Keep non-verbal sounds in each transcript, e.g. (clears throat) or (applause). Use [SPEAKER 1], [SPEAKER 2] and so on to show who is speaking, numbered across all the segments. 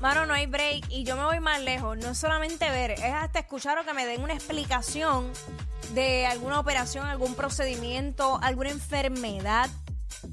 [SPEAKER 1] Mano, no hay break y yo me voy más lejos. No es solamente ver, es hasta escuchar o que me den una explicación de alguna operación, algún procedimiento, alguna enfermedad.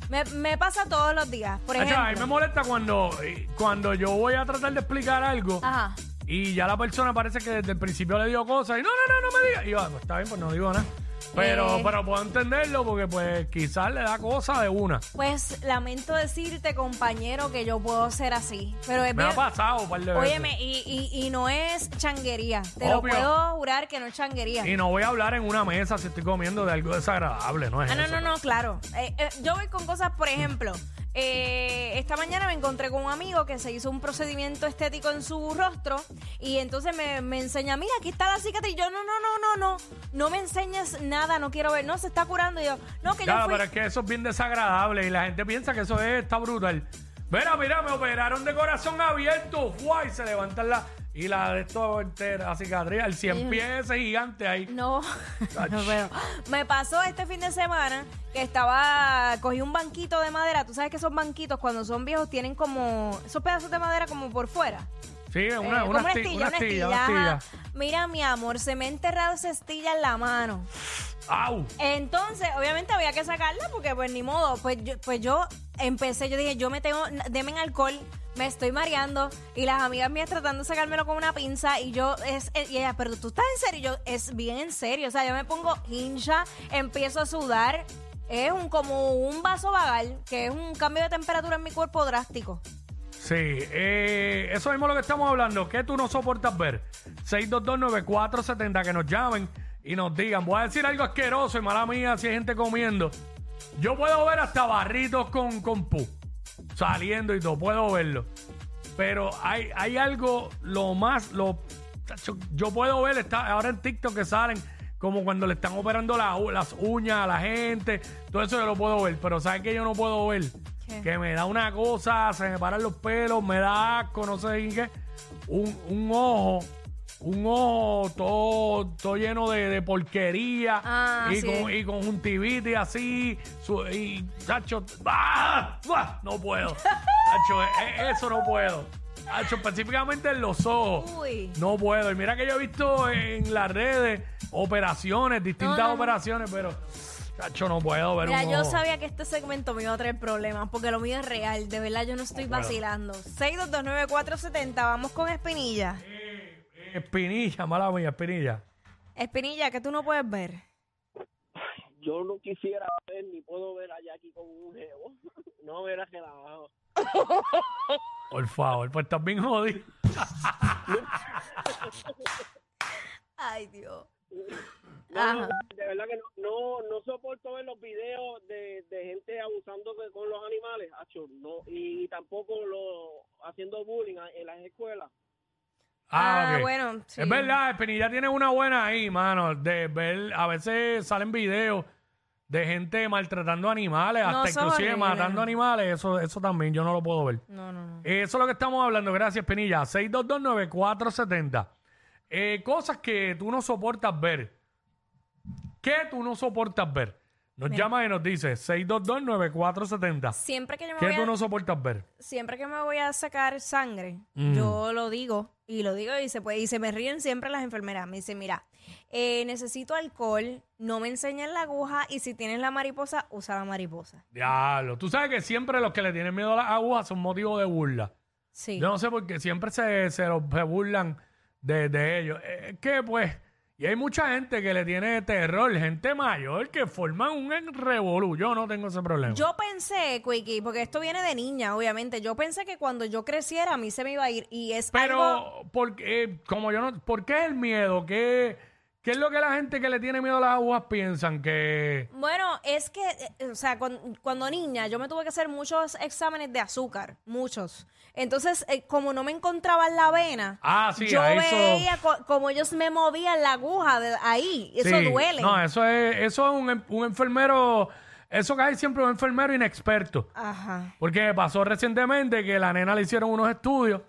[SPEAKER 1] Me, me pasa todos los días. Por
[SPEAKER 2] Acho, a mí me
[SPEAKER 1] ejemplo,
[SPEAKER 2] molesta cuando, eh, cuando yo voy a tratar de explicar algo
[SPEAKER 1] Ajá.
[SPEAKER 2] y ya la persona parece que desde el principio le dio cosas y no, no, no, no me diga. Y yo, ah, pues está bien, pues no digo nada. Pero,
[SPEAKER 1] Eh.
[SPEAKER 2] pero puedo entenderlo porque pues quizás le da cosa de una.
[SPEAKER 1] pues lamento decirte, compañero, que yo puedo ser así. Pero es
[SPEAKER 2] Me
[SPEAKER 1] bien-
[SPEAKER 2] ha pasado un par de veces.
[SPEAKER 1] Óyeme, y, y, y no es changuería. Te lo
[SPEAKER 2] Obvio.
[SPEAKER 1] puedo jurar que no es changuería.
[SPEAKER 2] Y no voy a hablar en una mesa si estoy comiendo de algo desagradable, ¿no es
[SPEAKER 1] Ah, no,
[SPEAKER 2] eso,
[SPEAKER 1] no,
[SPEAKER 2] pero-
[SPEAKER 1] no, claro. Eh, eh, yo voy con cosas, por ejemplo, eh, esta mañana me encontré con un amigo que se hizo un procedimiento estético en su rostro y entonces me, me enseña, mira, aquí está la cicatriz. Yo, no, no, no, no, no, no me enseñes nada, no quiero ver, no, se está curando. Y yo, no, que
[SPEAKER 2] Claro,
[SPEAKER 1] yo fui...
[SPEAKER 2] pero es que eso es bien desagradable y la gente piensa que eso es, está brutal. Mira, mira, me operaron de corazón abierto. ¡Fua! Y se levantan la... Y la de esto entera, la cicatriz, el cien pies ese gigante ahí.
[SPEAKER 1] No, (laughs)
[SPEAKER 2] Ach.
[SPEAKER 1] no puedo. Me pasó este fin de semana que estaba, cogí un banquito de madera. Tú sabes que esos banquitos cuando son viejos tienen como esos pedazos de madera como por fuera.
[SPEAKER 2] Sí, una,
[SPEAKER 1] Eh,
[SPEAKER 2] una,
[SPEAKER 1] como
[SPEAKER 2] asti- una astilla, una
[SPEAKER 1] ajá.
[SPEAKER 2] astilla.
[SPEAKER 1] Mira, mi amor, se me ha enterrado esa astilla en la mano.
[SPEAKER 2] ¡Au!
[SPEAKER 1] Entonces, obviamente había que sacarla porque pues ni modo. Pues yo, pues yo empecé, yo dije, yo me tengo, denme alcohol, me estoy mareando. Y las amigas mías tratando de sacármelo con una pinza. Y yo, es, eh, y ella, pero tú estás en serio. Y Yo, es bien en serio. O sea, yo me pongo hincha, empiezo a sudar. Es un, como un vaso vagal, que es un cambio de temperatura en mi cuerpo drástico.
[SPEAKER 2] Sí, eh, eso mismo es lo que estamos hablando. ¿Qué tú no soportas ver? 6229470, que nos llamen y nos digan. Voy a decir algo asqueroso y mala mía si hay gente comiendo. Yo puedo ver hasta barritos con, con pu saliendo y todo, puedo verlo. Pero hay, hay algo, lo más, lo tacho, yo puedo ver, está, ahora en TikTok que salen, como cuando le están operando la u- las uñas a la gente, todo eso yo lo puedo ver, pero ¿sabes que yo no puedo ver?
[SPEAKER 1] ¿Qué?
[SPEAKER 2] Que me da una cosa, se me paran los pelos, me da asco, no sé en qué. Un, un ojo, un ojo todo, todo lleno de, de porquería
[SPEAKER 1] Ah,
[SPEAKER 2] y,
[SPEAKER 1] sí.
[SPEAKER 2] con, y conjuntivitis así, su- y chacho, ¡ah! ¡Buah! no puedo. Chacho, e- e- eso no puedo. Chacho, específicamente en los ojos.
[SPEAKER 1] Uy.
[SPEAKER 2] No puedo. Y mira que yo he visto en las redes operaciones, distintas
[SPEAKER 1] No, no, no.
[SPEAKER 2] operaciones, pero chacho, no puedo ver
[SPEAKER 1] Mira,
[SPEAKER 2] un
[SPEAKER 1] yo
[SPEAKER 2] ojo.
[SPEAKER 1] sabía que este segmento me iba a traer problemas, porque lo mío es real, de verdad yo no estoy vacilando. 6229470, vamos con Espinilla.
[SPEAKER 2] Espinilla, mala mía, espinilla.
[SPEAKER 1] Espinilla, que tú no puedes ver.
[SPEAKER 3] yo no quisiera ver ni puedo ver a Jackie con un jevo. (laughs) No verás que la bajo.
[SPEAKER 2] Por favor, pues estás bien jodido.
[SPEAKER 1] Ay, Dios.
[SPEAKER 3] No, no,
[SPEAKER 1] Ajá.
[SPEAKER 3] de verdad que no, no, no soporto ver los videos de, de gente abusando de- con los animales, acho, no, y tampoco lo haciendo bullying a- en las escuelas.
[SPEAKER 1] Ah,
[SPEAKER 2] ok.
[SPEAKER 1] bueno, sí.
[SPEAKER 2] Es verdad, Espinilla tiene una buena ahí, mano. De ver, a veces salen videos de gente maltratando animales,
[SPEAKER 1] No,
[SPEAKER 2] hasta
[SPEAKER 1] eso es
[SPEAKER 2] inclusive
[SPEAKER 1] horrible.
[SPEAKER 2] matando animales. Eso, eso también yo no lo puedo ver.
[SPEAKER 1] No, no, no.
[SPEAKER 2] Eh, Eso es lo que estamos hablando. Gracias, Penilla. 6229470. Eh, cosas que tú no soportas ver. ¿Qué tú no soportas ver? Nos llama y nos dice 6229470.
[SPEAKER 1] Siempre que yo me
[SPEAKER 2] ¿Qué
[SPEAKER 1] voy
[SPEAKER 2] tú
[SPEAKER 1] a,
[SPEAKER 2] no soportas ver?
[SPEAKER 1] siempre que me voy a sacar sangre,
[SPEAKER 2] Mm.
[SPEAKER 1] yo lo digo y lo digo y se puede y se me ríen siempre las enfermeras. Me dicen, mira, eh, necesito alcohol, no me enseñen la aguja y si tienes la mariposa, usa la mariposa.
[SPEAKER 2] Diablo. Tú sabes que siempre los que le tienen miedo a las agujas son motivo de burla.
[SPEAKER 1] Sí.
[SPEAKER 2] Yo no sé por qué siempre se, se, los- se burlan de, de ellos. Eh, Es que pues, y hay mucha gente que le tiene terror, gente mayor que forman un revolú. Yo no tengo ese problema.
[SPEAKER 1] Yo pensé, Quickie, porque esto viene de niña, obviamente. Yo pensé que cuando yo creciera a mí se me iba a ir. Y es algo...
[SPEAKER 2] Pero, ¿por qué, eh, como yo no, ¿por qué el miedo? ¿Qué, ¿Qué es lo que la gente que le tiene miedo a las agujas piensan? Que
[SPEAKER 1] Bueno, es que, eh, o sea, cuan- cuando, niña yo me tuve que hacer muchos exámenes de azúcar, muchos. Entonces, eh, como no me encontraban la vena,
[SPEAKER 2] Ah, sí,
[SPEAKER 1] yo
[SPEAKER 2] ahí eso-
[SPEAKER 1] veía co- como ellos me movían la aguja de ahí. Eso
[SPEAKER 2] Sí,
[SPEAKER 1] duele.
[SPEAKER 2] No, eso es, eso es un, en- un enfermero, eso cae siempre un enfermero inexperto.
[SPEAKER 1] Ajá.
[SPEAKER 2] Porque pasó recientemente que la nena le hicieron unos estudios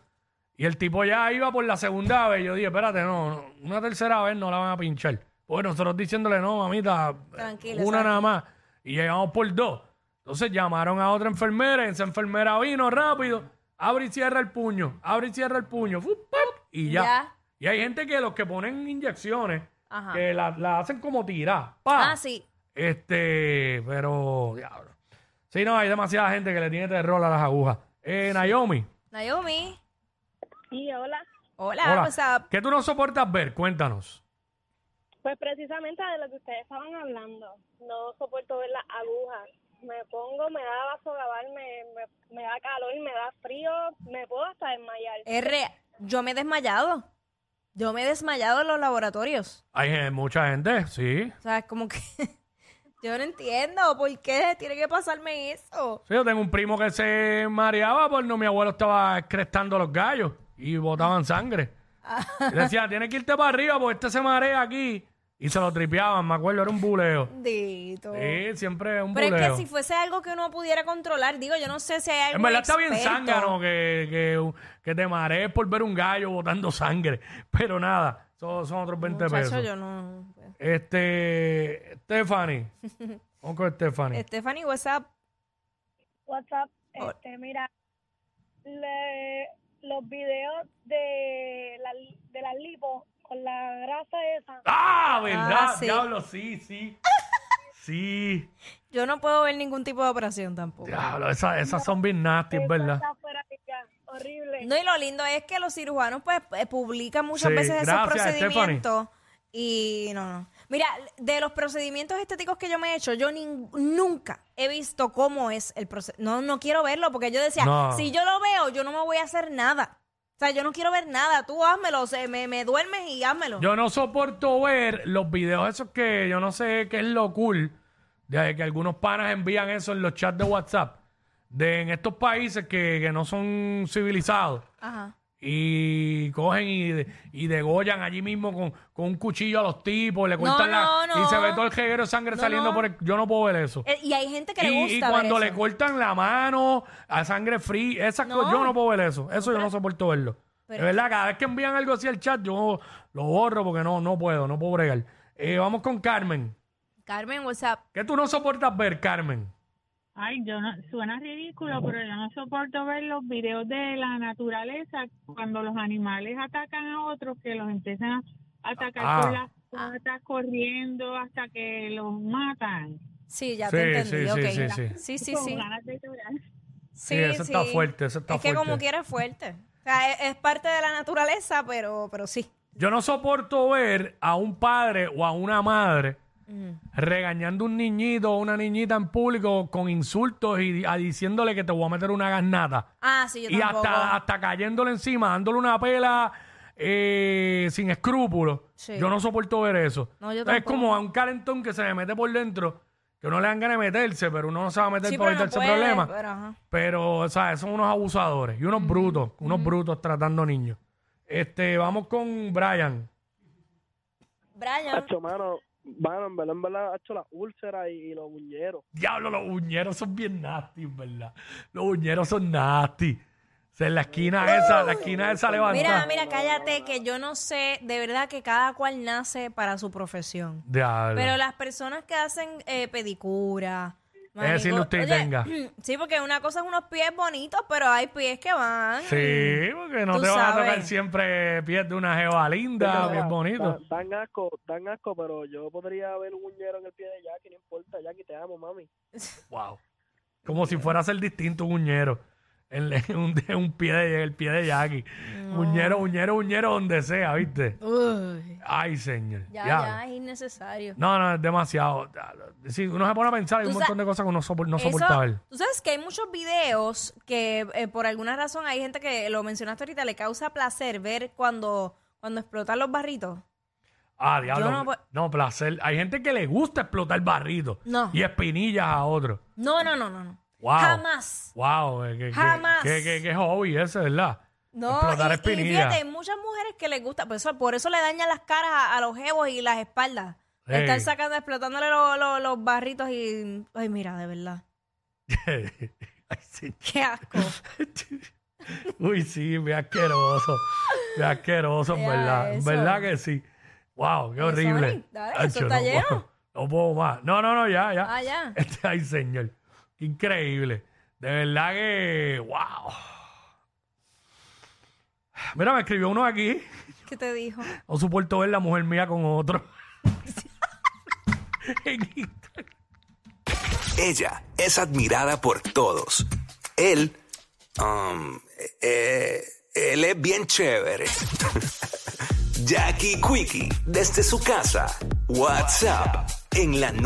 [SPEAKER 2] y el tipo ya iba por la segunda vez. Yo dije, espérate, no, no, una tercera vez no la van a pinchar. Porque nosotros diciéndole, no, mamita,
[SPEAKER 1] Tranquila,
[SPEAKER 2] una
[SPEAKER 1] exacto.
[SPEAKER 2] nada más. Y llegamos por dos. Entonces llamaron a otra enfermera, y esa enfermera vino rápido, abre y cierra el puño, abre y cierra el puño, ¡fup, pap! y ya.
[SPEAKER 1] Ya.
[SPEAKER 2] Y hay gente que los que ponen inyecciones,
[SPEAKER 1] Ajá.
[SPEAKER 2] que la, la hacen como tirar. ¡pa!
[SPEAKER 1] Ah, sí.
[SPEAKER 2] Este, pero, diablo. Sí, no, hay demasiada gente que le tiene terror a las agujas. Eh, Naomi,
[SPEAKER 1] Naomi.
[SPEAKER 4] Sí, hola.
[SPEAKER 1] Hola,
[SPEAKER 2] hola.
[SPEAKER 1] o sea,
[SPEAKER 2] ¿Qué tú no soportas ver? Cuéntanos.
[SPEAKER 4] Pues precisamente de lo que ustedes estaban hablando, no soporto ver las agujas. Me pongo, me da vasogabar, me, me, me da calor, me da frío, me puedo hasta desmayar.
[SPEAKER 1] es real. yo me he desmayado. Yo me he desmayado en los laboratorios.
[SPEAKER 2] Hay eh, mucha gente, sí.
[SPEAKER 1] O sea, es como que (laughs) yo no entiendo por qué tiene que pasarme eso.
[SPEAKER 2] Sí, yo tengo un primo que se mareaba porque mi abuelo estaba crestando los gallos y
[SPEAKER 1] Ah. (laughs)
[SPEAKER 2] botaban sangre. Y decía, tienes que irte para arriba porque este se marea aquí. Y se lo tripeaban, me acuerdo, era un buleo.
[SPEAKER 1] Dito.
[SPEAKER 2] Sí, siempre un
[SPEAKER 1] Pero es
[SPEAKER 2] buleo.
[SPEAKER 1] que si fuese algo que uno pudiera controlar, digo, yo no sé si hay algo.
[SPEAKER 2] En verdad está bien zángano que, que, que te marees por ver un gallo botando sangre. (laughs) Pero nada, son, son otros 20 pesos.
[SPEAKER 1] yo no. (laughs)
[SPEAKER 2] Este, Stephanie. Vamos con Stephanie.
[SPEAKER 1] pues, Stephanie, Oh. WhatsApp.
[SPEAKER 4] WhatsApp,
[SPEAKER 1] Hola.
[SPEAKER 4] este, mira, le- los videos de, la, de las lipos con la grasa esa.
[SPEAKER 2] ¡Ah, verdad!
[SPEAKER 1] Ah, sí.
[SPEAKER 2] Diablo, sí, sí. sí.
[SPEAKER 1] Yo no puedo ver ningún tipo de operación tampoco.
[SPEAKER 2] Diablo, esa- esas son bien nasty, es
[SPEAKER 4] eso
[SPEAKER 2] verdad.
[SPEAKER 4] está fuera de ya, horrible.
[SPEAKER 1] No, y lo lindo es que los cirujanos pues eh, publican muchas
[SPEAKER 2] Sí,
[SPEAKER 1] veces esos
[SPEAKER 2] gracias,
[SPEAKER 1] procedimientos. Y no, no. Mira, de los procedimientos estéticos que yo me he hecho, yo nin- nunca he visto cómo es el proceso. No, no quiero verlo porque yo decía,
[SPEAKER 2] No.
[SPEAKER 1] si yo lo veo, yo no me voy a hacer nada. O sea, yo no quiero ver nada. Tú házmelo, o sea, me, me duermes y házmelo.
[SPEAKER 2] Yo no soporto ver los videos esos que yo no sé qué es lo cool de que algunos panas envían eso en los chats de WhatsApp de en estos países que, que no son civilizados
[SPEAKER 1] Ajá.
[SPEAKER 2] y cogen y, de- y degollan allí mismo con, con un cuchillo a los tipos, le cortan
[SPEAKER 1] no,
[SPEAKER 2] la
[SPEAKER 1] no.
[SPEAKER 2] y se ve todo el jeguero de sangre
[SPEAKER 1] No,
[SPEAKER 2] saliendo
[SPEAKER 1] no.
[SPEAKER 2] por el, yo no puedo ver eso.
[SPEAKER 1] Eh, Y hay gente que
[SPEAKER 2] y,
[SPEAKER 1] le
[SPEAKER 2] y
[SPEAKER 1] gusta ver
[SPEAKER 2] cuando le
[SPEAKER 1] eso.
[SPEAKER 2] cortan la mano a sangre fría, esas
[SPEAKER 1] No.
[SPEAKER 2] cosas, yo no puedo ver eso. Eso yo no soporto verlo.
[SPEAKER 1] Pero-
[SPEAKER 2] de verdad, cada vez que envían algo así al chat, yo lo borro porque no, no puedo, no puedo bregar. Eh, vamos con Carmen.
[SPEAKER 1] Carmen, WhatsApp.
[SPEAKER 2] ¿Qué tú no soportas ver, Carmen?
[SPEAKER 5] Ay, yo no, suena ridículo, pero yo no soporto ver los videos de la naturaleza cuando los animales atacan a otros, que los empiezan a atacar
[SPEAKER 2] Ah.
[SPEAKER 5] con las patas, corriendo hasta que los matan.
[SPEAKER 1] Sí, ya
[SPEAKER 2] Sí,
[SPEAKER 1] te entendí.
[SPEAKER 2] sí,
[SPEAKER 1] ok.
[SPEAKER 2] sí, sí,
[SPEAKER 1] sí, sí,
[SPEAKER 5] Con
[SPEAKER 1] sí.
[SPEAKER 5] ganas de llorar.
[SPEAKER 1] Sí,
[SPEAKER 2] eso está fuerte, eso está
[SPEAKER 1] es que como
[SPEAKER 2] fuerte.
[SPEAKER 1] quiera es fuerte. O sea, es, es parte de la naturaleza, pero, pero sí.
[SPEAKER 2] Yo no soporto ver a un padre o a una madre regañando a un niñito o una niñita en público con insultos y di- a diciéndole que te voy a meter una garnata.
[SPEAKER 1] Ah, sí, yo
[SPEAKER 2] y
[SPEAKER 1] tampoco.
[SPEAKER 2] hasta, hasta cayéndole encima, dándole una pela eh, sin escrúpulos.
[SPEAKER 1] Sí.
[SPEAKER 2] Yo no soporto ver eso.
[SPEAKER 1] No, yo
[SPEAKER 2] es
[SPEAKER 1] tampoco.
[SPEAKER 2] como a un calentón que se le mete por dentro, que no le dan ganas de meterse, pero uno no se va a meter
[SPEAKER 1] sí,
[SPEAKER 2] para
[SPEAKER 1] pero no
[SPEAKER 2] evitarse
[SPEAKER 1] puede,
[SPEAKER 2] problemas.
[SPEAKER 1] pero ajá.
[SPEAKER 2] Pero, o sea, son unos abusadores y unos brutos, unos brutos tratando niños. Este, vamos con Brian.
[SPEAKER 1] Brian,
[SPEAKER 3] Hacho, mano, mano, en verdad, en verdad, hacho las úlceras y, y los buñeros.
[SPEAKER 2] Diablo, los uñeros son bien nasty, en ¿verdad? Los uñeros son nasty. O sea, en la esquina esa, la esquina esa
[SPEAKER 1] mira,
[SPEAKER 2] levantada.
[SPEAKER 1] mira, cállate que yo no sé, de verdad que cada cual nace para su profesión.
[SPEAKER 2] Diablo.
[SPEAKER 1] Pero las personas que hacen eh, pedicura...
[SPEAKER 2] Es decirle
[SPEAKER 1] manico-
[SPEAKER 2] usted y tenga.
[SPEAKER 1] (clears throat) Sí, porque una cosa es unos pies bonitos, pero hay pies que van.
[SPEAKER 2] Sí, porque no
[SPEAKER 1] Tú
[SPEAKER 2] te vas a tocar
[SPEAKER 1] sabes.
[SPEAKER 2] siempre pies de una jeva linda, pies bonitos.
[SPEAKER 3] Dan, dan asco, dan asco, pero yo podría ver un buñero en el pie de Jackie, no importa, Jackie, te amo, mami.
[SPEAKER 2] Wow. Como si fuera a ser distinto un uñero. en, en un, de- un pie de, el pie de Jackie. Uñero, uñero, uñero, donde sea, ¿viste?
[SPEAKER 1] Uy,
[SPEAKER 2] Ay, señor.
[SPEAKER 1] ya,
[SPEAKER 2] diablo.
[SPEAKER 1] ya, es innecesario.
[SPEAKER 2] No, no, es demasiado. Si uno se pone a pensar, hay un
[SPEAKER 1] Tú
[SPEAKER 2] montón
[SPEAKER 1] sa-
[SPEAKER 2] de cosas que uno sopor- no
[SPEAKER 1] Eso-
[SPEAKER 2] soporta ver.
[SPEAKER 1] Tú sabes que hay muchos videos que eh, por alguna razón hay gente que lo mencionaste ahorita, le causa placer ver cuando, cuando explotan los barritos.
[SPEAKER 2] Ah, diablo.
[SPEAKER 1] no
[SPEAKER 2] No,
[SPEAKER 1] puedo-
[SPEAKER 2] placer. Hay gente que le gusta explotar barritos
[SPEAKER 1] No.
[SPEAKER 2] y espinillas a otro.
[SPEAKER 1] No, no, no, no. no.
[SPEAKER 2] Wow.
[SPEAKER 1] Jamás.
[SPEAKER 2] Wow, eh, qué- qué-
[SPEAKER 1] Jamás.
[SPEAKER 2] Qué, qué- qué hobby ese, ¿verdad? (laughs)
[SPEAKER 1] No, y-
[SPEAKER 2] Explotar
[SPEAKER 1] y,
[SPEAKER 2] espinillas.
[SPEAKER 1] fíjate, hay muchas mujeres que les gusta, por eso, por eso le dañan las caras a, a los jevos y las espaldas.
[SPEAKER 2] Ey.
[SPEAKER 1] Están sacando, explotándole lo- lo- los barritos y... Ay, mira, de verdad. (laughs)
[SPEAKER 2] Ay, sí.
[SPEAKER 1] Qué asco.
[SPEAKER 2] (laughs) Uy, sí, me asqueroso. Me asqueroso, en
[SPEAKER 1] Ya,
[SPEAKER 2] verdad. En
[SPEAKER 1] eso.
[SPEAKER 2] ¿Verdad que sí? Wow, qué
[SPEAKER 1] Eso,
[SPEAKER 2] horrible.
[SPEAKER 1] Eric, dale,
[SPEAKER 2] Ay,
[SPEAKER 1] eso
[SPEAKER 2] yo
[SPEAKER 1] está
[SPEAKER 2] no
[SPEAKER 1] lleno.
[SPEAKER 2] puedo- No puedo más. No, no, no, ya, ya.
[SPEAKER 1] Ah, ya.
[SPEAKER 2] (laughs) Este, ay, señor. Increíble. De verdad que. ¡Wow! Mira, me escribió uno aquí.
[SPEAKER 1] ¿Qué te dijo?
[SPEAKER 2] No soporto ver la mujer mía
[SPEAKER 1] (laughs)
[SPEAKER 2] con otro. (laughs) En Instagram.
[SPEAKER 6] Ella es admirada por todos. Él, um, eh, él es bien chévere. (laughs) Jackie Quickie, desde su casa. WhatsApp, en la